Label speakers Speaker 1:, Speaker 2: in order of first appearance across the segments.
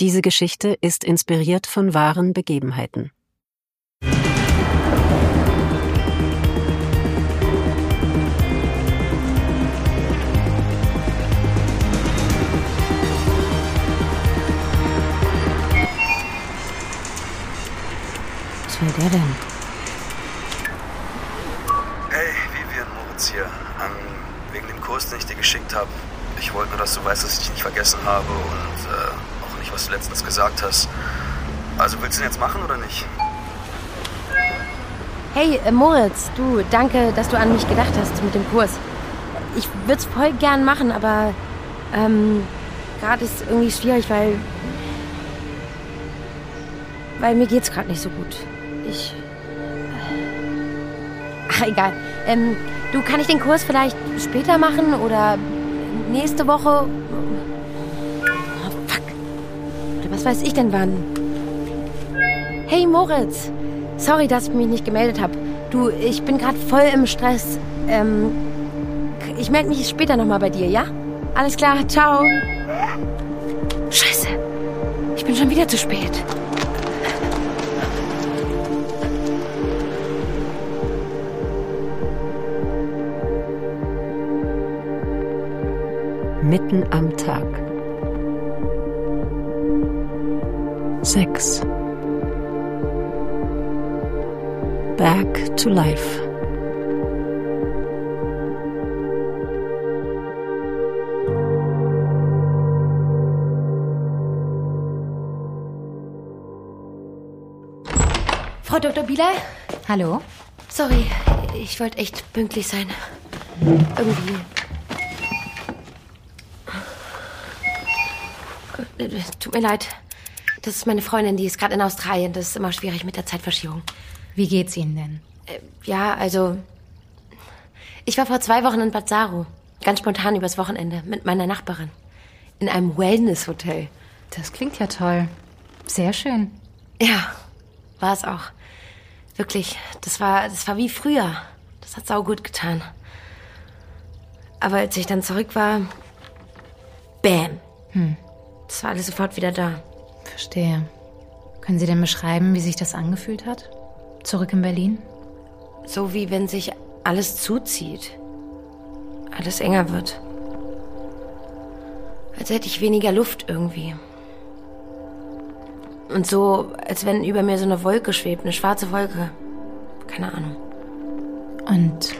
Speaker 1: Diese Geschichte ist inspiriert von wahren Begebenheiten.
Speaker 2: Was will der denn?
Speaker 3: Hey, Vivian Moritz hier. Ähm, wegen dem Kurs, den ich dir geschickt habe. Ich wollte nur, dass du weißt, dass ich dich nicht vergessen habe und äh, auch nicht, was du letztens gesagt hast. Also willst du ihn jetzt machen oder nicht?
Speaker 2: Hey, äh, Moritz, du, danke, dass du an mich gedacht hast mit dem Kurs. Ich würde es voll gern machen, aber ähm, gerade ist irgendwie schwierig, weil. Weil mir geht's gerade nicht so gut. Ich. Ach, egal. Ähm, du, kann ich den Kurs vielleicht später machen oder nächste Woche? Oh, fuck. Oder was weiß ich denn wann? Hey, Moritz. Sorry, dass ich mich nicht gemeldet habe. Du, ich bin gerade voll im Stress. Ähm, ich melde mich später nochmal bei dir, ja? Alles klar, ciao. Scheiße, ich bin schon wieder zu spät.
Speaker 1: Mitten am Tag. Sechs. Back to Life.
Speaker 2: Frau Dr. Bieley?
Speaker 4: Hallo?
Speaker 2: Sorry, ich wollte echt pünktlich sein. Irgendwie. Äh, Tut mir leid. Das ist meine Freundin, die ist gerade in Australien. Das ist immer schwierig mit der Zeitverschiebung.
Speaker 4: Wie geht's Ihnen denn?
Speaker 2: Ja, also. Ich war vor zwei Wochen in Bad Saru. Ganz spontan übers Wochenende mit meiner Nachbarin. In einem Wellness-Hotel.
Speaker 4: Das klingt ja toll. Sehr schön.
Speaker 2: Ja, war es auch. Wirklich, das war, das war wie früher. Das hat saugut getan. Aber als ich dann zurück war, bam. Das war alles sofort wieder da.
Speaker 4: Verstehe. Können Sie denn beschreiben, wie sich das angefühlt hat? Zurück in Berlin?
Speaker 2: So wie wenn sich alles zuzieht. Alles enger wird. Als hätte ich weniger Luft irgendwie. Und so, als wenn über mir so eine Wolke schwebt, eine schwarze Wolke. Keine Ahnung.
Speaker 4: Und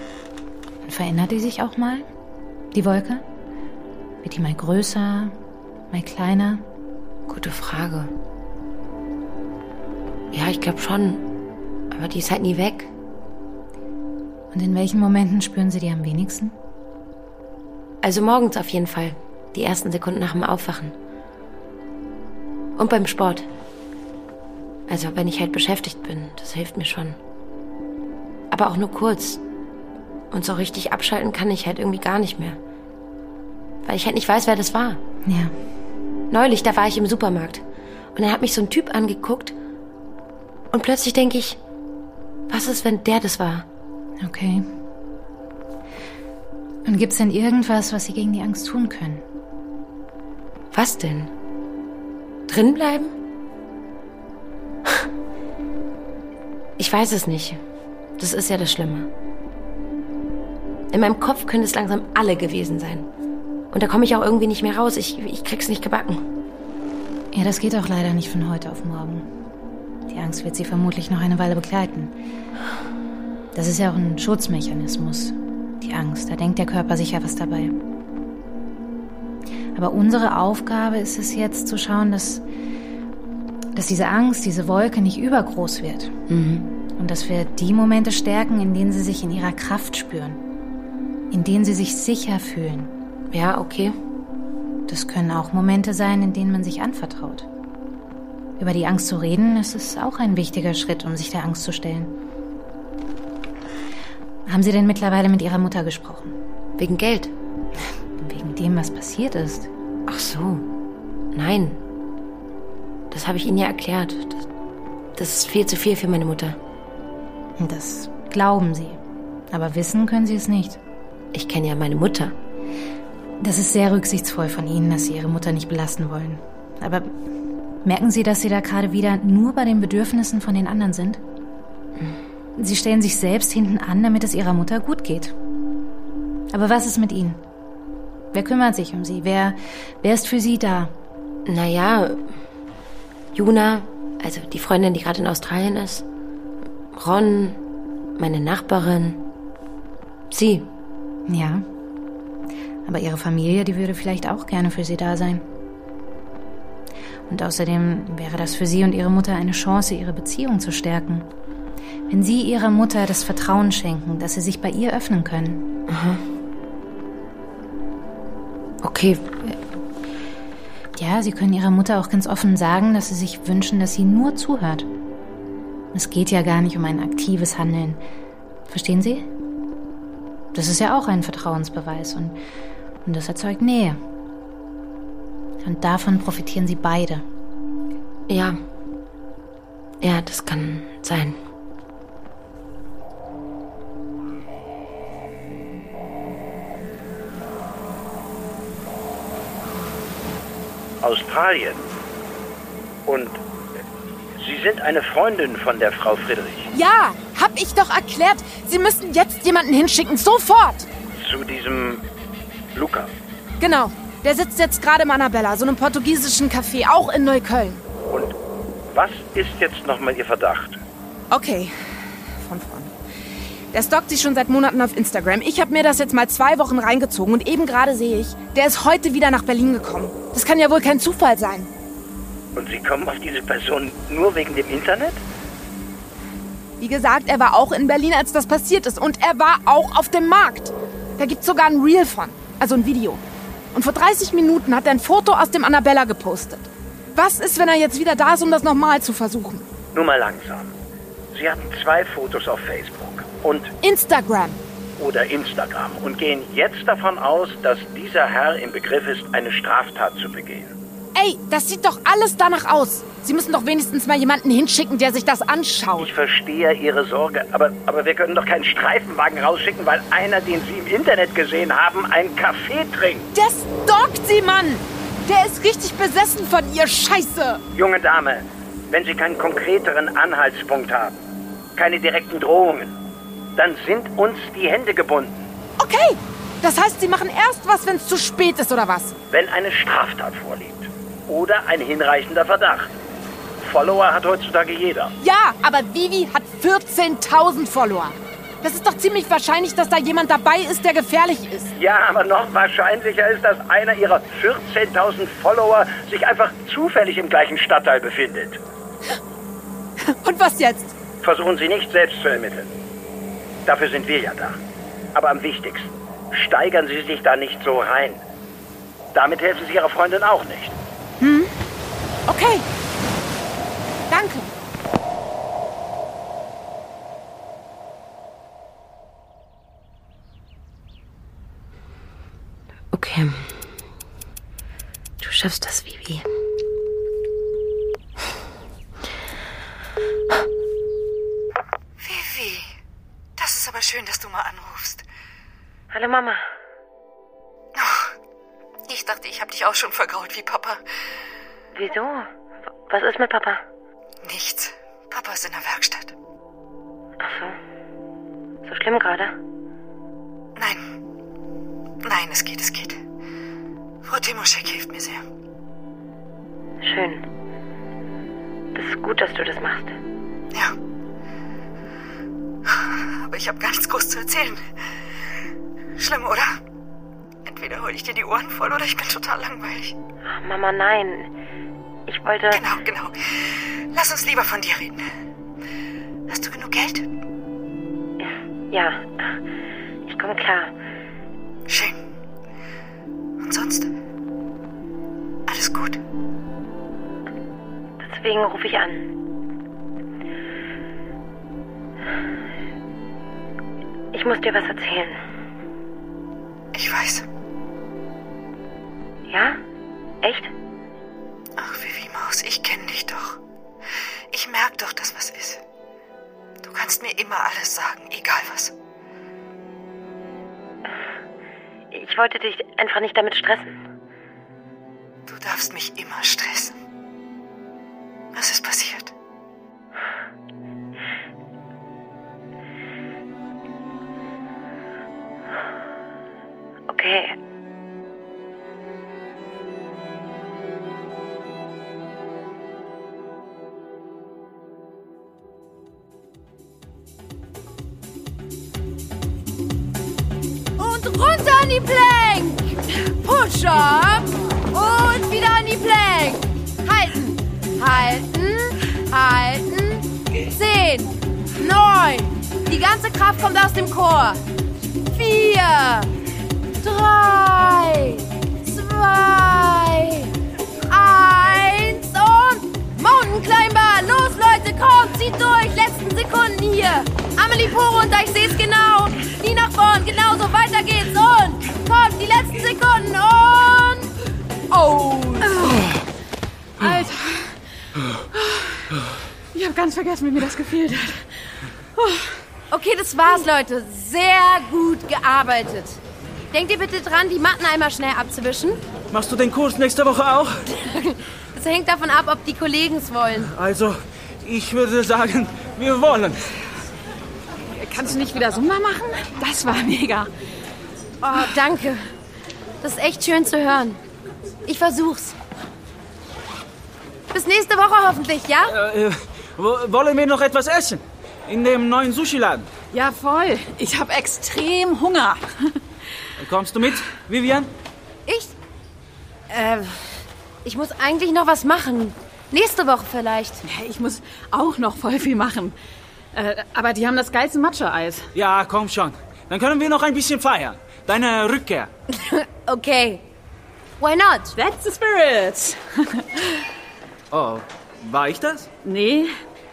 Speaker 4: verändert die sich auch mal? Die Wolke? Wird die mal größer, mal kleiner?
Speaker 2: Gute Frage. Ja, ich glaube schon. Aber die ist halt nie weg.
Speaker 4: Und in welchen Momenten spüren Sie die am wenigsten?
Speaker 2: Also morgens auf jeden Fall. Die ersten Sekunden nach dem Aufwachen. Und beim Sport. Also wenn ich halt beschäftigt bin, das hilft mir schon. Aber auch nur kurz. Und so richtig abschalten kann ich halt irgendwie gar nicht mehr. Weil ich halt nicht weiß, wer das war.
Speaker 4: Ja.
Speaker 2: Neulich, da war ich im Supermarkt. Und dann hat mich so ein Typ angeguckt. Und plötzlich denke ich, was ist, wenn der das war?
Speaker 4: Okay. Und gibt's denn irgendwas, was Sie gegen die Angst tun können?
Speaker 2: Was denn? Drin bleiben? Ich weiß es nicht. Das ist ja das Schlimme. In meinem Kopf können es langsam alle gewesen sein. Und da komme ich auch irgendwie nicht mehr raus. Ich, ich krieg's nicht gebacken.
Speaker 4: Ja, das geht auch leider nicht von heute auf morgen. Die Angst wird Sie vermutlich noch eine Weile begleiten. Das ist ja auch ein Schutzmechanismus. Die Angst, da denkt der Körper sicher was dabei. Aber unsere Aufgabe ist es jetzt zu schauen, dass, dass diese Angst, diese Wolke nicht übergroß wird. Und dass wir die Momente stärken, in denen sie sich in ihrer Kraft spüren. In denen sie sich sicher fühlen.
Speaker 2: Ja, okay.
Speaker 4: Das können auch Momente sein, in denen man sich anvertraut. Über die Angst zu reden, das ist auch ein wichtiger Schritt, um sich der Angst zu stellen. Haben Sie denn mittlerweile mit Ihrer Mutter gesprochen?
Speaker 2: Wegen Geld.
Speaker 4: Wegen dem, was passiert ist?
Speaker 2: Ach so. Nein. Das habe ich Ihnen ja erklärt. Das, das ist viel zu viel für meine Mutter.
Speaker 4: Das glauben Sie. Aber wissen können Sie es nicht.
Speaker 2: Ich kenne ja meine Mutter.
Speaker 4: Das ist sehr rücksichtsvoll von Ihnen, dass Sie Ihre Mutter nicht belasten wollen. Aber Merken Sie, dass Sie da gerade wieder nur bei den Bedürfnissen von den anderen sind? Sie stellen sich selbst hinten an, damit es Ihrer Mutter gut geht. Aber was ist mit Ihnen? Wer kümmert sich um Sie? Wer, wer ist für Sie da?
Speaker 2: Naja, Juna, also die Freundin, die gerade in Australien ist. Ron, meine Nachbarin. Sie.
Speaker 4: Ja. Aber Ihre Familie, die würde vielleicht auch gerne für Sie da sein. Und außerdem wäre das für Sie und Ihre Mutter eine Chance, Ihre Beziehung zu stärken. Wenn Sie Ihrer Mutter das Vertrauen schenken, dass Sie sich bei ihr öffnen können.
Speaker 2: Okay,
Speaker 4: Ja, Sie können Ihrer Mutter auch ganz offen sagen, dass Sie sich wünschen, dass sie nur zuhört. Es geht ja gar nicht um ein aktives Handeln. Verstehen Sie? Das ist ja auch ein Vertrauensbeweis und, und das erzeugt Nähe. Und davon profitieren Sie beide.
Speaker 2: ja. Ja, das kann sein.
Speaker 5: Australien. Und Sie sind eine Freundin von der Frau Friedrich.
Speaker 6: Ja, hab ich doch erklärt. Sie müssen jetzt jemanden hinschicken, sofort.
Speaker 5: Zu diesem Luca.
Speaker 6: Genau. Der sitzt jetzt gerade in Annabella, so einem portugiesischen Café, auch in Neukölln.
Speaker 5: Und was ist jetzt nochmal Ihr Verdacht?
Speaker 6: Okay, von vorn. Der stalkt sie schon seit Monaten auf Instagram. Ich habe mir das jetzt mal zwei Wochen reingezogen und eben gerade sehe ich, der ist heute wieder nach Berlin gekommen. Das kann ja wohl kein Zufall sein.
Speaker 5: Und Sie kommen auf diese Person nur wegen dem Internet?
Speaker 6: Wie gesagt, er war auch in Berlin, als das passiert ist. Und er war auch auf dem Markt. Da gibt's sogar ein Reel von, also ein Video. Und vor 30 Minuten hat er ein Foto aus dem Annabella gepostet. Was ist, wenn er jetzt wieder da ist, um das nochmal zu versuchen?
Speaker 5: Nur mal langsam. Sie hatten zwei Fotos auf Facebook und
Speaker 6: Instagram.
Speaker 5: oder Instagram und gehen jetzt davon aus, dass dieser Herr im Begriff ist, eine Straftat zu begehen.
Speaker 6: Ey, das sieht doch alles danach aus. Sie müssen doch wenigstens mal jemanden hinschicken, der sich das anschaut.
Speaker 5: Ich verstehe Ihre Sorge, aber, aber wir können doch keinen Streifenwagen rausschicken, weil einer, den Sie im Internet gesehen haben, einen Kaffee trinkt.
Speaker 6: Der stalkt sie, Mann! Der ist richtig besessen von ihr, Scheiße!
Speaker 5: Junge Dame, wenn Sie keinen konkreteren Anhaltspunkt haben, keine direkten Drohungen, dann sind uns die Hände gebunden.
Speaker 6: Okay, das heißt, sie machen erst was, wenn es zu spät ist, oder was?
Speaker 5: Wenn eine Straftat vorliegt oder ein hinreichender Verdacht. Follower hat heutzutage jeder.
Speaker 6: Ja, aber Vivi hat 14.000 Follower. Das ist doch ziemlich wahrscheinlich, dass da jemand dabei ist, der gefährlich ist.
Speaker 5: Ja, aber noch wahrscheinlicher ist, dass einer ihrer 14.000 Follower sich einfach zufällig im gleichen Stadtteil befindet.
Speaker 6: Und was jetzt?
Speaker 5: Versuchen Sie nicht selbst zu ermitteln. Dafür sind wir ja da. Aber am wichtigsten, steigern Sie sich da nicht so rein. Damit helfen Sie Ihrer Freundin auch nicht.
Speaker 6: Okay. Danke.
Speaker 2: Okay. Du schaffst das, Vivi.
Speaker 7: Vivi, das ist aber schön, dass du mal anrufst.
Speaker 2: Hallo Mama.
Speaker 7: Oh, Ich dachte, ich habe dich auch schon vergrault wie Papa.
Speaker 2: Wieso? Was ist mit Papa?
Speaker 7: Nichts. Papa ist in der Werkstatt.
Speaker 2: Ach so. So schlimm gerade?
Speaker 7: Nein. Nein, es geht, es geht. Frau Timoschek hilft mir sehr.
Speaker 2: Schön. Das ist gut, dass du das machst.
Speaker 7: Ja. Aber ich habe gar nichts groß zu erzählen. Schlimm, oder? Entweder heule ich dir die Ohren voll oder ich bin total langweilig.
Speaker 2: Ach, Mama, nein. Ich wollte.
Speaker 7: Genau, genau. Lass uns lieber von dir reden. Hast du genug Geld?
Speaker 2: Ja. Ich komme klar.
Speaker 7: Schön. Und sonst? Alles gut?
Speaker 2: Deswegen rufe ich an. Ich muss dir was erzählen.
Speaker 7: Ich weiß.
Speaker 2: Ja? Echt?
Speaker 7: Ach, Vivi Maus, ich kenne dich doch. Ich merk doch, dass was ist. Du kannst mir immer alles sagen, egal was.
Speaker 2: Ich wollte dich einfach nicht damit stressen.
Speaker 7: Du darfst mich immer stressen. Was ist passiert?
Speaker 8: Okay.
Speaker 6: Und runter an die Plank. Push-up. Und wieder an die Plank. Halten. Halten. Halten. Zehn. Neun. Die ganze Kraft kommt aus dem Chor. Vier. Drei. Zwei. Eins. Und Mountain Climber. Los, Leute, kommt. Zieht durch. Letzten Sekunden hier. Amelie Po runter. Ich sehe es genau. Nie nach vorn. Genauso. Weiter geht's. Und kommt. Die letzten Sekunden. Und. Oh.
Speaker 9: Alter. Ich habe ganz vergessen, wie mir das gefehlt hat.
Speaker 2: Okay, das war's, Leute. Sehr gut gearbeitet. Denkt ihr bitte dran, die Matten einmal schnell abzuwischen?
Speaker 10: Machst du den Kurs nächste Woche auch?
Speaker 2: Das hängt davon ab, ob die Kollegen es wollen.
Speaker 10: Also, ich würde sagen, wir wollen.
Speaker 9: Kannst du nicht wieder Summa machen? Das war mega.
Speaker 2: Oh, danke. Das ist echt schön zu hören. Ich versuch's. Bis nächste Woche hoffentlich, ja?
Speaker 10: Äh, äh, wo- wollen wir noch etwas essen? In dem neuen Sushi-Laden.
Speaker 9: Ja, voll. Ich habe extrem Hunger.
Speaker 10: Kommst du mit, Vivian?
Speaker 2: Ich? Äh, ich muss eigentlich noch was machen. Nächste Woche vielleicht.
Speaker 9: Ich muss auch noch voll viel machen. Äh, aber die haben das geilste Matcha-Eis.
Speaker 10: Ja, komm schon. Dann können wir noch ein bisschen feiern. Deine Rückkehr.
Speaker 2: Okay. Why not?
Speaker 9: That's the spirit.
Speaker 10: Oh, war ich das? Ah,
Speaker 9: Nee,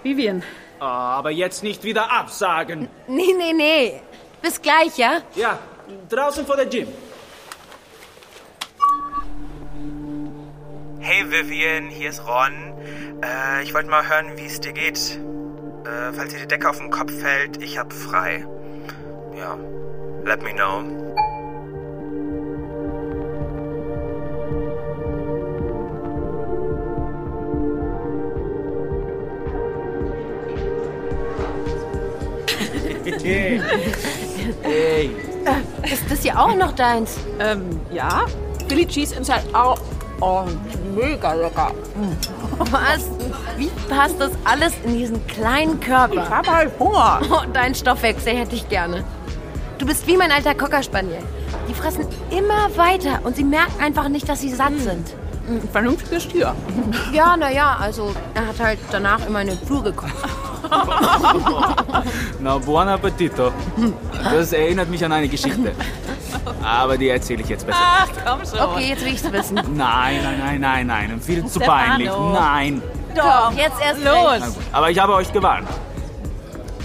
Speaker 9: Vivian.
Speaker 10: Aber jetzt nicht wieder absagen.
Speaker 2: Nee, nee, nee. Bis gleich, ja?
Speaker 10: Ja, draußen vor der Gym.
Speaker 11: Hey Vivian, hier ist Ron. Äh, ich wollte mal hören, wie es dir geht. Äh, falls dir die Decke auf den Kopf fällt, ich hab frei. Ja, let me know.
Speaker 10: Hey.
Speaker 2: Ist das hier auch noch deins?
Speaker 9: Ähm, ja? Philly Cheese Inside
Speaker 6: halt
Speaker 9: Out. Oh, mega lecker.
Speaker 2: Was? Wie passt das alles in diesen kleinen Körper?
Speaker 9: habe halt Hunger.
Speaker 2: Oh, dein Stoffwechsel hätte ich gerne. Du bist wie mein alter Cockerspaniel. Die fressen immer weiter und sie merken einfach nicht, dass sie satt sind.
Speaker 9: Ein vernünftiges Tier.
Speaker 2: Hm. Ja, naja, also er hat halt danach immer eine Flur gekocht.
Speaker 10: Na, buon appetito. Das erinnert mich an eine Geschichte. Aber die erzähle ich jetzt besser.
Speaker 9: Ach, komm schon.
Speaker 2: Okay, jetzt will ich's wissen.
Speaker 10: Nein, nein, nein, nein, nein. Viel zu
Speaker 9: Stefano.
Speaker 10: peinlich. Nein.
Speaker 9: Doch,
Speaker 2: Jetzt erst
Speaker 10: Na
Speaker 9: los.
Speaker 10: gut, aber ich habe euch gewarnt.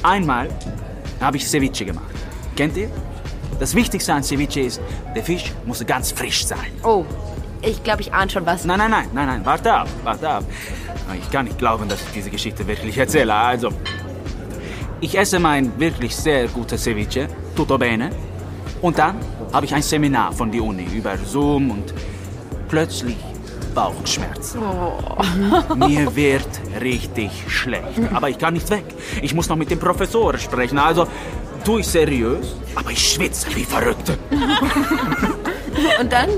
Speaker 10: Einmal habe ich Ceviche gemacht. Kennt ihr? Das Wichtigste an Ceviche ist, der Fisch muss ganz frisch sein.
Speaker 2: Oh, ich glaube, ich ahne schon was.
Speaker 10: Nein, nein, nein, nein, nein, warte ab, warte ab. Ich kann nicht glauben, dass ich diese Geschichte wirklich erzähle. Also, ich esse mein wirklich sehr gutes Ceviche, tutto bene. Und dann habe ich ein Seminar von der Uni über Zoom und plötzlich Bauchschmerzen. Mir wird richtig schlecht. Aber ich kann nicht weg. Ich muss noch mit dem Professor sprechen. Also, tue ich seriös, aber ich schwitze wie verrückt.
Speaker 2: Und dann?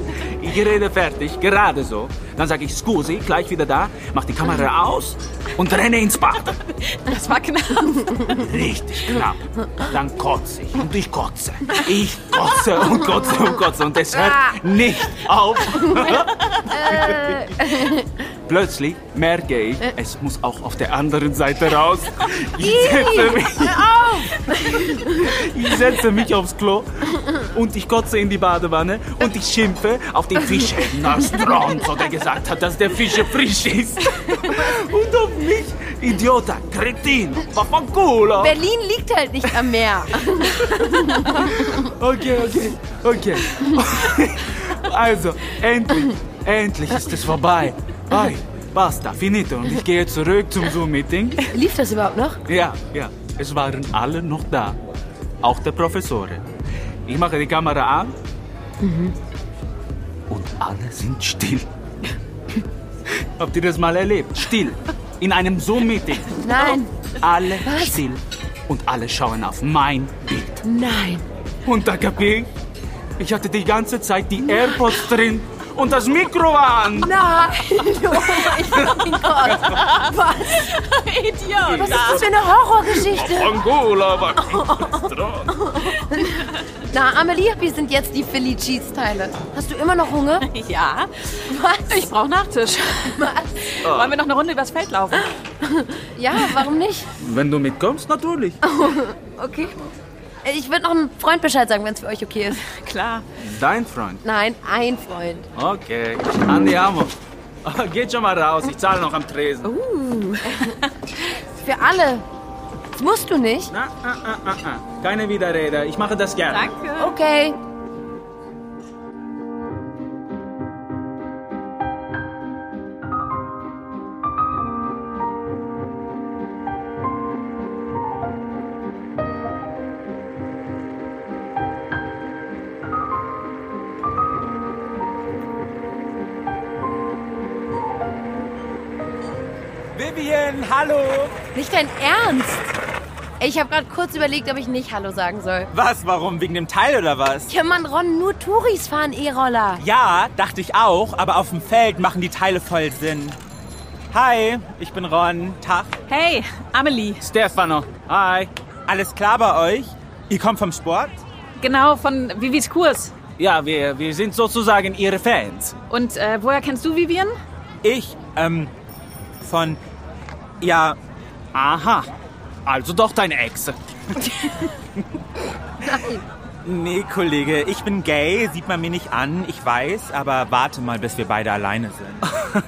Speaker 10: Ich rede fertig, gerade so. Dann sage ich, Scusi, gleich wieder da, mach die Kamera aus und renne ins Bad.
Speaker 9: Das war knapp.
Speaker 10: Richtig knapp. Dann kotze ich und ich kotze. Ich kotze und kotze und kotze und es hört
Speaker 9: Ah.
Speaker 10: nicht auf. Plötzlich merke ich, es muss auch auf der anderen Seite raus. Ich setze mich, ich setze mich aufs Klo und ich kotze in die Badewanne und ich schimpfe auf den Fischhändler Stronzo, der gesagt hat, dass der Fisch frisch ist. Und auf mich, Idiota, Kretin, Papakula.
Speaker 2: Berlin liegt halt nicht am Meer.
Speaker 10: Okay, okay, okay. Also, endlich, endlich ist es vorbei. Hi, basta, finito. Und ich gehe zurück zum Zoom-Meeting.
Speaker 2: Lief das überhaupt noch?
Speaker 10: Ja, ja, es waren alle noch da. Auch der Professor. Ich mache die Kamera an.
Speaker 2: Mhm.
Speaker 10: Und alle sind still. Habt ihr das mal erlebt? Still. in einem Zoom-Meeting.
Speaker 2: Nein.
Speaker 10: Alle still und alle schauen auf mein Bild.
Speaker 2: Nein.
Speaker 10: Und da kapier ich hatte die ganze Zeit die AirPods drin und das Mikro war an.
Speaker 2: Nein, oh mein Gott. Was?
Speaker 6: Idiot.
Speaker 2: Was ist das für eine Horrorgeschichte?
Speaker 10: Angola war
Speaker 2: Na, Amelie, wir sind jetzt die Philly Cheese Teile. Hast du immer noch Hunger?
Speaker 6: Ja.
Speaker 2: Was?
Speaker 6: Ich brauche Nachtisch. Wollen wir noch eine Runde übers Feld laufen?
Speaker 2: Ja, warum nicht?
Speaker 10: Wenn du mitkommst, natürlich.
Speaker 2: Okay. Äh, Ich würde noch einem Freund Bescheid sagen, wenn es für euch okay ist.
Speaker 6: Klar.
Speaker 10: Dein Freund.
Speaker 2: Nein, ein Freund.
Speaker 10: Okay. Andiamo. Ah, Geht schon mal raus, ich zahle noch am Tresen.
Speaker 2: Für alle. Das musst du nicht.
Speaker 10: Na, ah, ah, ah, ah. Keine Widerrede, ich mache das gerne.
Speaker 6: Danke.
Speaker 2: Okay.
Speaker 10: Vivian, hallo.
Speaker 2: Nicht dein Ernst? Ey, Ich habe gerade kurz überlegt, ob ich nicht Hallo sagen soll.
Speaker 8: Was, warum? Wegen dem Teil oder was?
Speaker 2: Ja, Mann, Ron, nur Touris fahren E-Roller.
Speaker 8: Ja, dachte ich auch, aber auf dem Feld machen die Teile voll Sinn. Hi, ich bin Ron. Tag.
Speaker 6: Hey, Amelie.
Speaker 10: Stefano. Hi.
Speaker 8: Alles klar bei euch? Ihr kommt vom Sport?
Speaker 6: Genau, von Vivis Kurs.
Speaker 10: Ja, wir, wir sind sozusagen ihre Fans.
Speaker 6: Und äh, woher kennst du Vivian?
Speaker 8: Ich, ähm, von. Ja,
Speaker 10: Aha. Also doch deine Ex.
Speaker 8: nee, Kollege, ich bin gay, sieht man mir nicht an, ich weiß, aber warte mal, bis wir beide alleine sind.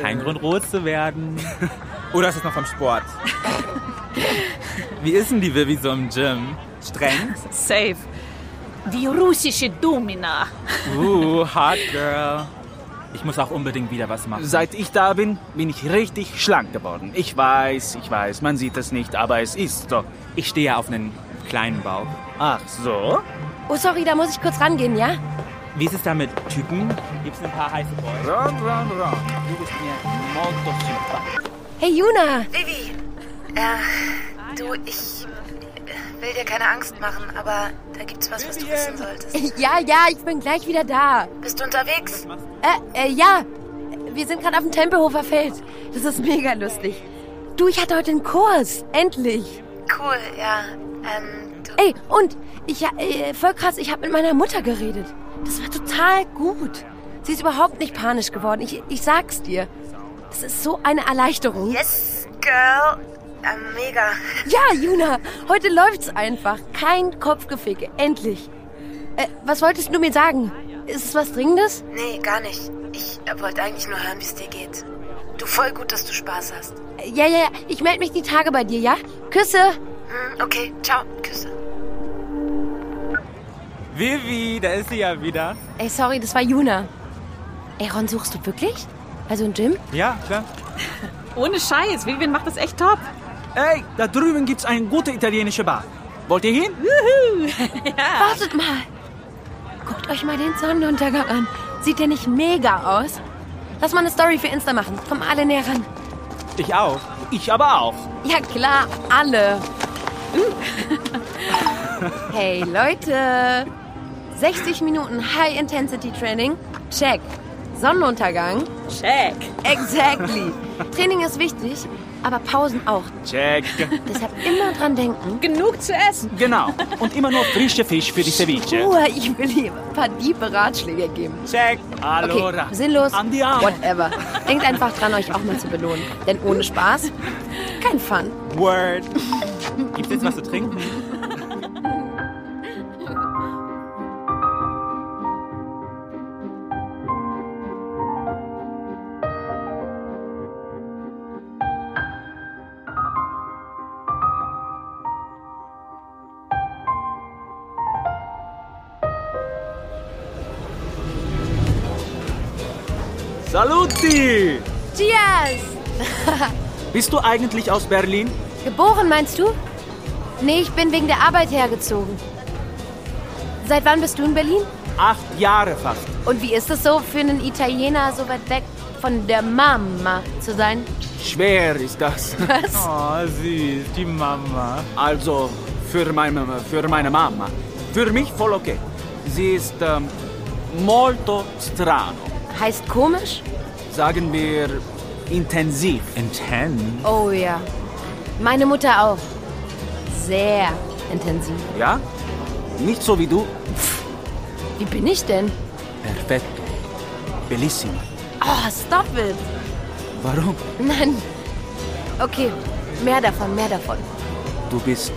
Speaker 8: Kein Grund, rot zu werden. Oder ist es noch vom Sport? Wie ist denn die Vivi so im Gym? Streng?
Speaker 6: Safe. Die russische Domina.
Speaker 8: Uh, hot girl. Ich muss auch unbedingt wieder was machen.
Speaker 10: Seit ich da bin, bin ich richtig schlank geworden. Ich weiß, ich weiß, man sieht es nicht, aber es ist so.
Speaker 8: Ich stehe ja auf einen kleinen Bauch.
Speaker 10: Ach so?
Speaker 2: Oh, sorry, da muss ich kurz rangehen, ja?
Speaker 8: Wie ist es da mit Typen? Gibt's ein paar heiße Boys?
Speaker 10: Ron, ron, ron. Du bist mir molto sympathisch.
Speaker 2: Hey, Juna.
Speaker 1: Vivi, äh, du, ich äh, will dir keine Angst machen, aber da gibt's was, was du wissen solltest.
Speaker 2: Ja, ja, ich bin gleich wieder da.
Speaker 1: Bist du unterwegs?
Speaker 2: Äh, äh, ja. Wir sind gerade auf dem Tempelhofer Feld. Das ist mega lustig. Du, ich hatte heute einen Kurs. Endlich.
Speaker 1: Cool, ja. Ähm, du,
Speaker 2: Ey, und ich, ha- äh, voll krass, ich habe mit meiner Mutter geredet. Das war total gut. Sie ist überhaupt nicht panisch geworden. Ich, ich sag's dir. Das ist so eine Erleichterung.
Speaker 1: yes, girl. Ähm, mega.
Speaker 2: Ja, Juna, heute läuft's einfach. Kein Kopfgeficke. Endlich. Äh, was wolltest du mir sagen? Ist es was Dringendes?
Speaker 1: Nee, gar nicht. Ich äh, wollte eigentlich nur hören, wie es dir geht. Du, voll gut, dass du Spaß hast.
Speaker 2: Äh, Ja, ja, ja. Ich melde mich die Tage bei dir, ja? Küsse.
Speaker 1: Hm, okay, ciao. Küsse.
Speaker 8: Vivi, da ist sie ja wieder.
Speaker 2: Ey, sorry, das war Juna. Ey, Ron, suchst du wirklich? Also ein Gym?
Speaker 8: Ja, klar.
Speaker 6: Ohne Scheiß, Vivian macht das echt top.
Speaker 10: Ey, da drüben gibt's eine gute italienische Bar. Wollt ihr hin?
Speaker 2: Wartet mal. Guckt euch mal den Sonnenuntergang an. Sieht der nicht mega aus? Lass mal eine Story für Insta machen. Kommen alle näher ran.
Speaker 8: Ich auch.
Speaker 10: Ich aber auch.
Speaker 2: Ja klar, alle. hey Leute. 60 Minuten High Intensity Training. Check. Sonnenuntergang.
Speaker 6: Check.
Speaker 2: Exactly. Training ist wichtig, aber Pausen auch.
Speaker 10: Check.
Speaker 2: Deshalb immer dran denken.
Speaker 6: Genug zu essen.
Speaker 10: genau. Und immer nur frische Fisch für die Ceviche.
Speaker 2: Ruhe, ich will hier ein paar diebe Ratschläge geben.
Speaker 8: Check.
Speaker 10: Allora.
Speaker 2: Okay, sinnlos.
Speaker 10: Andiamo.
Speaker 2: Whatever. Denkt einfach dran, euch auch mal zu belohnen. Denn ohne Spaß, kein Fun.
Speaker 8: Word. Gibt's jetzt was zu trinken?
Speaker 10: Saluti!
Speaker 2: Cheers!
Speaker 10: Bist du eigentlich aus Berlin?
Speaker 2: Geboren, meinst du? Nee, ich bin wegen der Arbeit hergezogen. Seit wann bist du in Berlin?
Speaker 10: Acht Jahre fast.
Speaker 2: Und wie ist es so für einen Italiener, so weit weg von der Mama zu sein?
Speaker 10: schwer ist das.
Speaker 8: Was? Oh, süß, die Mama.
Speaker 10: Also, für meine, für meine Mama. Für mich voll okay. Sie ist ähm, molto strano.
Speaker 2: Heißt komisch?
Speaker 10: Sagen wir intensiv.
Speaker 8: Intense?
Speaker 2: Oh ja. Meine Mutter auch. Sehr intensiv.
Speaker 10: Ja? Nicht so wie du.
Speaker 2: Wie bin ich denn?
Speaker 10: Perfetto. Bellissimo.
Speaker 2: Oh, stop it.
Speaker 10: Warum?
Speaker 2: Nein. Okay, mehr davon, mehr davon.
Speaker 10: Du bist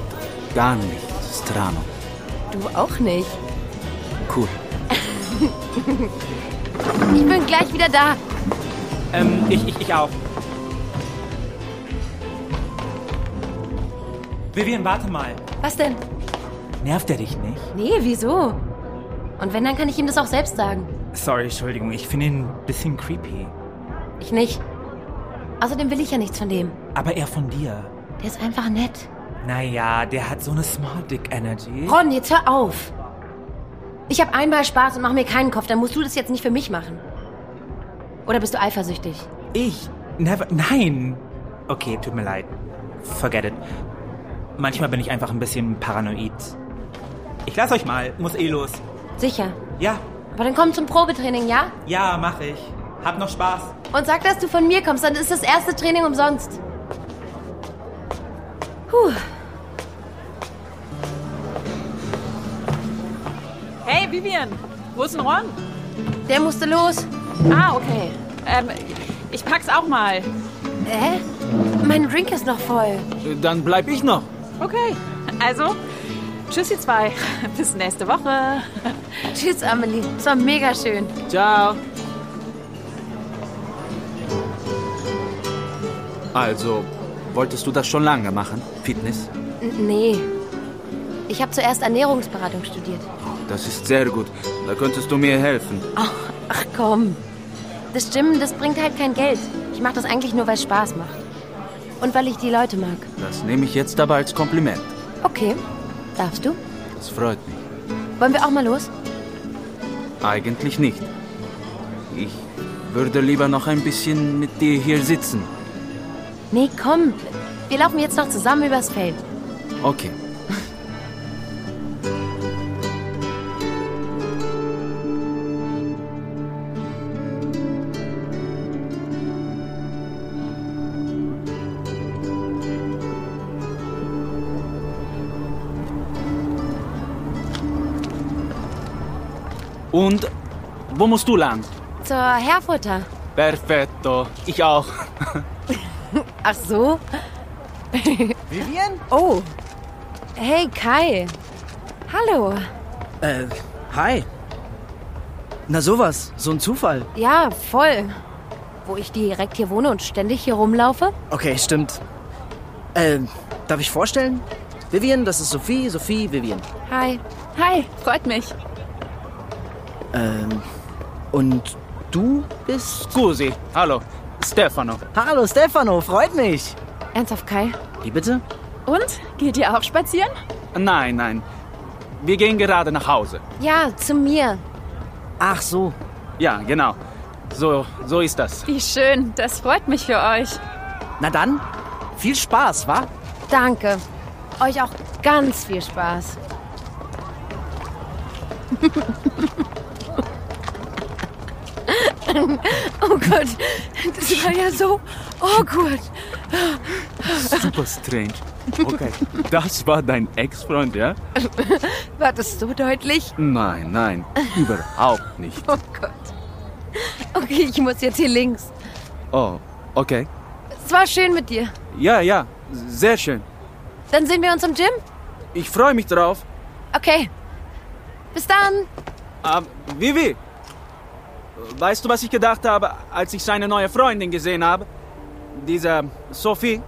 Speaker 10: gar nicht strano.
Speaker 2: Du auch nicht.
Speaker 10: Cool.
Speaker 2: Ich bin gleich wieder da.
Speaker 8: Ähm, ich, ich, ich auch. Vivian, warte mal.
Speaker 2: Was denn?
Speaker 8: Nervt er dich nicht?
Speaker 2: Nee, wieso? Und wenn, dann kann ich ihm das auch selbst sagen.
Speaker 8: Sorry, Entschuldigung, ich finde ihn ein bisschen creepy.
Speaker 2: Ich nicht. Außerdem will ich ja nichts von dem.
Speaker 8: Aber er von dir.
Speaker 2: Der ist einfach nett.
Speaker 8: Naja, der hat so eine Smart Dick Energy.
Speaker 2: Ron, jetzt hör auf. Ich habe einmal Spaß und mach mir keinen Kopf. Dann musst du das jetzt nicht für mich machen. Oder bist du eifersüchtig?
Speaker 8: Ich? Never. Nein! Okay, tut mir leid. Forget it. Manchmal bin ich einfach ein bisschen paranoid. Ich lass euch mal. Muss eh los.
Speaker 2: Sicher.
Speaker 8: Ja,
Speaker 2: Aber dann komm zum Probetraining, ja?
Speaker 8: ja, mach ich. Hab noch Spaß.
Speaker 2: Und sag, dass du von mir kommst, dann ist das erste Training umsonst. Puh.
Speaker 12: Hey, Vivian, wo ist denn Ron?
Speaker 2: Der musste los.
Speaker 12: Ah, okay. Ähm, ich pack's auch mal.
Speaker 2: Hä? Mein Drink ist noch voll.
Speaker 10: Dann bleib ich noch.
Speaker 12: Okay, also, tschüss ihr zwei. Bis nächste Woche.
Speaker 2: Tschüss, Amelie. Es war mega schön.
Speaker 10: Ciao. Also, wolltest du das schon lange machen? Fitness?
Speaker 2: N nee. Ich habe zuerst Ernährungsberatung studiert.
Speaker 10: Das ist sehr gut. Da könntest du mir helfen.
Speaker 2: Ach komm. Das Stimmen, das bringt halt kein Geld. Ich mache das eigentlich nur, weil es Spaß macht. Und weil ich die Leute mag.
Speaker 10: Das nehme ich jetzt aber als Kompliment.
Speaker 2: Okay. Darfst du?
Speaker 10: Das freut mich.
Speaker 2: Wollen wir auch mal los?
Speaker 10: Eigentlich nicht. Ich würde lieber noch ein bisschen mit dir hier sitzen.
Speaker 2: Nee, komm. Wir laufen jetzt noch zusammen übers Feld.
Speaker 10: Okay. Und wo musst du lang?
Speaker 2: Zur Herfutter.
Speaker 10: Perfetto. Ich auch.
Speaker 2: Ach so?
Speaker 13: Vivian?
Speaker 2: Oh. Hey, Kai. Hallo.
Speaker 13: Äh, hi. Na sowas, so ein Zufall.
Speaker 2: Ja, voll. Wo ich direkt hier wohne und ständig hier rumlaufe?
Speaker 13: Okay, stimmt. Ähm, darf ich vorstellen? Vivian, das ist Sophie, Sophie, Vivian.
Speaker 2: Hi.
Speaker 12: Hi, freut mich.
Speaker 13: Ähm, und du bist?
Speaker 10: Scusi, hallo. Stefano.
Speaker 13: Hallo Stefano, freut mich.
Speaker 2: Ernsthaft, Kai?
Speaker 13: Wie bitte?
Speaker 12: Und? Geht ihr auch spazieren?
Speaker 10: Nein, nein. Wir gehen gerade nach Hause.
Speaker 2: Ja, zu mir.
Speaker 13: Ach so.
Speaker 10: Ja, genau. So, so ist das.
Speaker 12: Wie schön, das freut mich für euch.
Speaker 13: Na dann, viel Spaß, wa?
Speaker 2: Danke. Euch auch ganz viel Spaß. oh Gott, das war ja so awkward.
Speaker 10: Super strange. Okay, das war dein Ex-Freund, ja?
Speaker 2: War das so deutlich?
Speaker 10: Nein, nein, überhaupt nicht.
Speaker 2: Oh Gott. Okay, ich muss jetzt hier links.
Speaker 10: Oh, okay.
Speaker 2: Es war schön mit dir.
Speaker 10: Ja, ja, sehr schön.
Speaker 2: Dann sehen wir uns im Gym.
Speaker 10: Ich freue mich drauf.
Speaker 2: Okay. Bis dann.
Speaker 10: Ähm, Vivi, weißt du, was ich gedacht habe, als ich seine neue Freundin gesehen habe? Diese Sophie,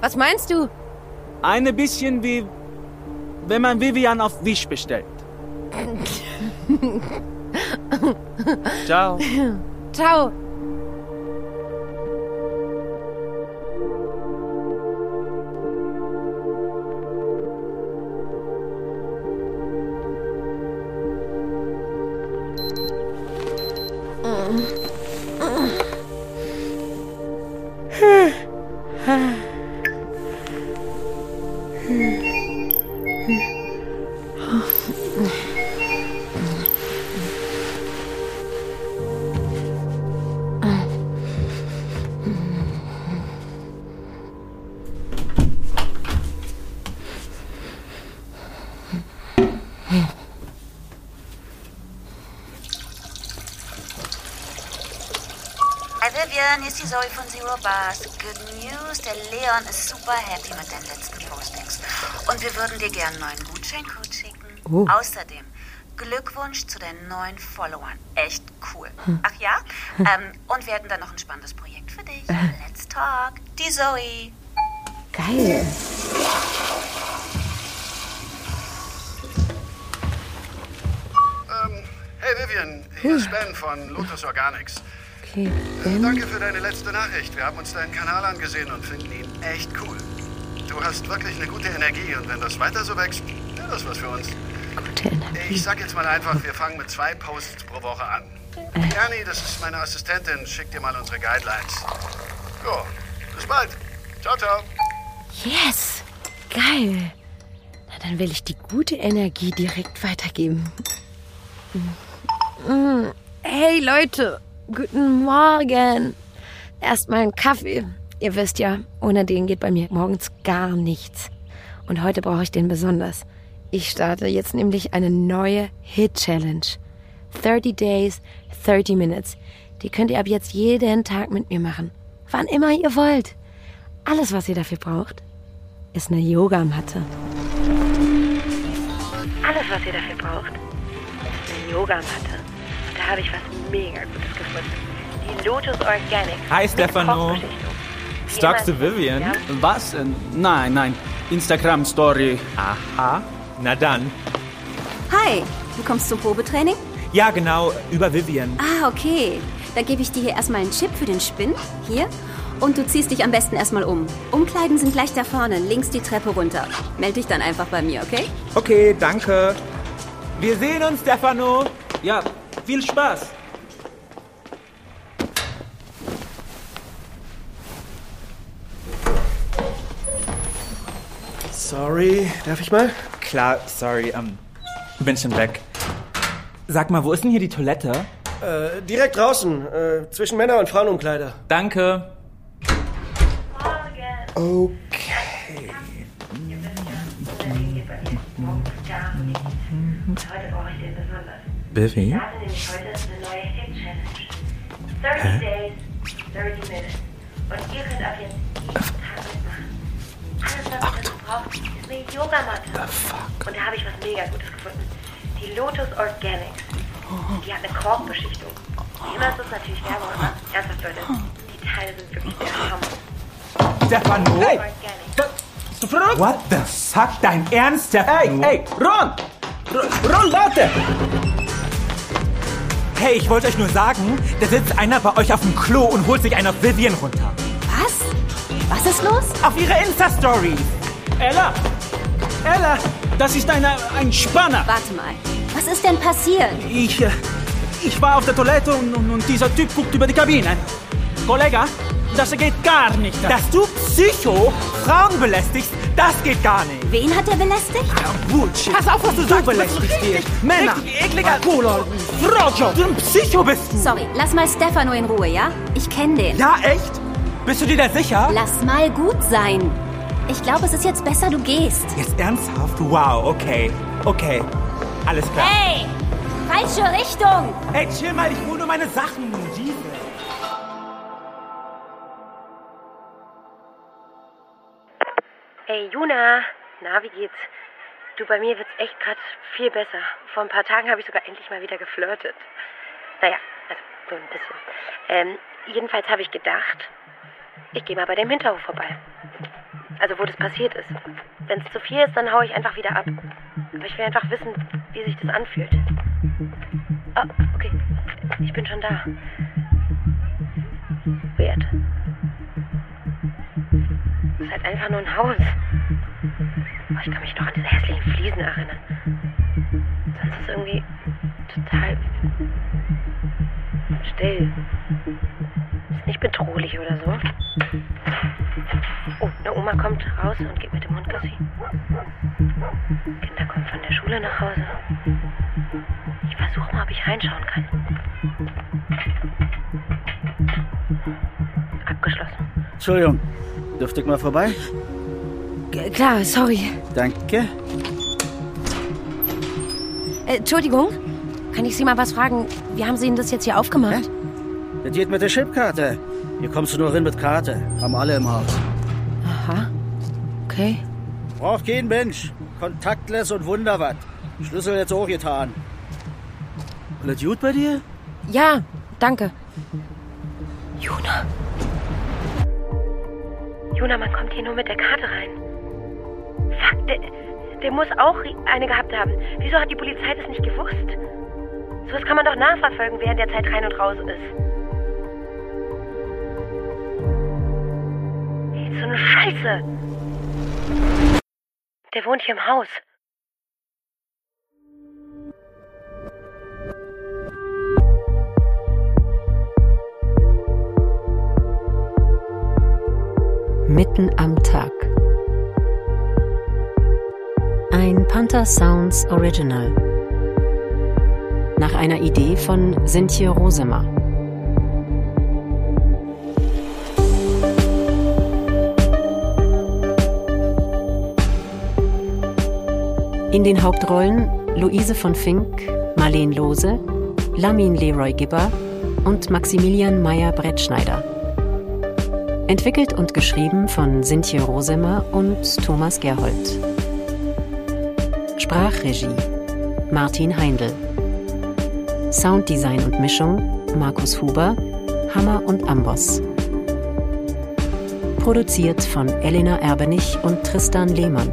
Speaker 2: Was meinst du?
Speaker 10: eine bisschen wie, wenn man Vivian auf Wish bestellt. Ciao.
Speaker 2: Ciao.
Speaker 1: Morgen, hier ist die Zoe von Zero Bars. Good News, der Leon ist super happy mit deinen letzten Postings. Und wir würden dir gerne einen neuen Gutscheincode schicken.
Speaker 14: Oh.
Speaker 1: Außerdem, Glückwunsch zu deinen neuen Followern. Echt cool. Ach ja? Ähm, und wir hätten dann noch ein spannendes Projekt für dich. Let's talk. Die Zoe.
Speaker 2: Geil.
Speaker 15: Ähm, hey Vivian, hier ist Ben von Lotus Organics.
Speaker 2: Okay,
Speaker 15: Äh,
Speaker 2: Ben.
Speaker 15: Danke für deine letzte Nachricht. Wir haben uns deinen Kanal angesehen und finden ihn echt cool. Du hast wirklich eine gute Energie und wenn das weiter so wächst, wäre das was für uns.
Speaker 14: Gute Energie.
Speaker 15: Ich sag jetzt mal einfach, wir fangen mit zwei Posts pro Woche an. Die Ernie, das ist meine Assistentin, schickt dir mal unsere Guidelines. Jo, bis bald. Ciao, ciao.
Speaker 2: Yes. Geil. Na, dann will ich die gute Energie direkt weitergeben. Mm. Hey Leute, guten Morgen. Erstmal einen Kaffee. Ihr wisst ja, ohne den geht bei mir morgens gar nichts. Und heute brauche ich den besonders. Ich starte jetzt nämlich eine neue Hit-Challenge. 30 Days, 30 Minutes. Die könnt ihr ab jetzt jeden Tag mit mir machen. Wann immer ihr wollt. Alles, was ihr dafür braucht, ist eine Yogamatte. Alles, was ihr dafür braucht, ist eine Yogamatte. Und da habe ich was mega Gutes gefunden. Die Lotus Organics.
Speaker 8: Hi, Stefano. Stalkst du Vivian?
Speaker 10: Was? Äh, Nein, nein. Instagram-Story.
Speaker 8: Aha. Na dann.
Speaker 6: Hi, du kommst zum Probetraining?
Speaker 8: Ja, genau, über Vivian.
Speaker 6: Ah, okay. Dann gebe ich dir hier erstmal einen Chip für den Spinn. Hier. Und du ziehst dich am besten erstmal um. Umkleiden sind gleich da vorne, links die Treppe runter. Meld dich dann einfach bei mir, okay?
Speaker 8: Okay, danke. Wir sehen uns, Stefano. Ja, viel Spaß.
Speaker 16: Sorry, darf ich mal?
Speaker 8: Klar, sorry, ähm, bin schon weg. Sag mal, wo ist denn hier die Toilette?
Speaker 16: Äh, direkt draußen, äh, zwischen Männer- und Frauenumkleider.
Speaker 8: Danke.
Speaker 16: Okay.
Speaker 8: Biffy?
Speaker 1: Days, 30 Minutes. Und ihr könnt ab jetzt jeden Tag mitmachen. Alles, was ihr dazu braucht, ist eine Yogamatte. Und da habe ich was mega Gutes gefunden. Die Lotus Organics. Die hat eine Korbbeschichtung. Wie immer ist das natürlich Werbung, aber ernsthaft Leute, die Teile sind wirklich der Hammer.
Speaker 8: Stefano? Hey! Bist du verrückt? What the fuck? Dein Ernst, Stefano? Hey, hey, Ron! R Ron, warte! Hey, ich wollte euch nur sagen, da sitzt einer bei euch auf dem Klo und holt sich einen auf Vivian runter.
Speaker 6: Was? Was ist los?
Speaker 8: Auf ihre Insta-Story. Ella! Ella! Das ist eine, ein Spanner!
Speaker 6: Warte mal. Was ist denn passiert?
Speaker 10: Ich, äh, ich war auf der Toilette und, und, und dieser Typ guckt über die Kabine. Kollege, das geht gar nicht.
Speaker 8: Dass du Psycho Frauen belästigst, das geht gar nicht.
Speaker 6: Wen hat er belästigt?
Speaker 8: Bullshit. Pass auf, was du sagst. Du belästigst dich. Männer. Ekliger. Cooler. Frojo. Du ein Psycho bist du.
Speaker 6: Sorry, lass mal Stefano in Ruhe, ja? Ich kenne den.
Speaker 8: Ja, echt? Bist du dir da sicher?
Speaker 6: Lass mal gut sein. Ich glaube, es ist jetzt besser, du gehst.
Speaker 8: Jetzt ernsthaft? Wow, okay. Okay. Alles klar.
Speaker 6: Hey! Falsche Richtung!
Speaker 8: Hey, chill mal, ich hole nur meine Sachen. Jesus.
Speaker 2: Hey Juna, na, wie geht's? Du, bei mir wird's echt gerade viel besser. Vor ein paar Tagen habe ich sogar endlich mal wieder geflirtet. Naja, also so ein bisschen. Ähm, jedenfalls habe ich gedacht, ich gehe mal bei dem Hinterhof vorbei. Also wo das passiert ist. Wenn es zu viel ist, dann hau ich einfach wieder ab. Aber ich will einfach wissen, wie sich das anfühlt. Ah, okay. Ich bin schon da. Weird. Es ist halt einfach nur ein Haus. Aber ich kann mich noch an diese hässlichen Fliesen erinnern. Sonst ist es irgendwie total still. Ist nicht bedrohlich oder so. Oh, eine Oma kommt raus und geht mit dem Hund Gassi. Kinder kommen von der Schule nach Hause. Ich versuche mal, ob ich reinschauen kann. Abgeschlossen.
Speaker 5: Entschuldigung, dürfte ich mal vorbei?
Speaker 2: Klar, sorry.
Speaker 5: Danke.
Speaker 2: Äh, Entschuldigung, kann ich Sie mal was fragen? Wie haben Sie denn das jetzt hier aufgemacht?
Speaker 5: Das geht mit der Chipkarte. Hier kommst du nur hin mit Karte. Haben alle im Haus.
Speaker 17: Aha. Okay.
Speaker 5: Braucht kein Mensch. Kontaktless und Wunderwatt. Schlüssel jetzt hochgetan. Alles gut bei dir?
Speaker 18: Ja, danke. Juna.
Speaker 2: Jona, man kommt hier nur mit der Karte rein. Fuck, der, der muss auch eine gehabt haben. Wieso hat die Polizei das nicht gewusst? Sowas kann man doch nachverfolgen, während der Zeit rein und raus ist. So eine Scheiße! Der wohnt hier im Haus.
Speaker 1: Mitten am Tag. Ein Panther Sounds Original. Nach einer Idee von Sintje Rosemer. In den Hauptrollen Luise von Fink, Marlene Lose, Lamin Leroy Gibber und Maximilian Meyer-Brettschneider. Entwickelt und geschrieben von Sintje Rosemer und Thomas Gerhold. Sprachregie Martin Heindl. Sounddesign und Mischung Markus Huber, Hammer und Amboss. Produziert von Elena Erbenich und Tristan Lehmann.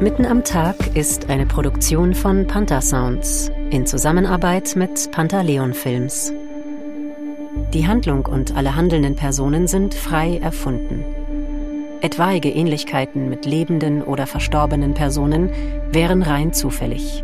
Speaker 1: Mitten am Tag ist eine Produktion von Panther Sounds in Zusammenarbeit mit Pantaleon Films. Die Handlung und alle handelnden Personen sind frei erfunden. Etwaige Ähnlichkeiten mit lebenden oder verstorbenen Personen wären rein zufällig.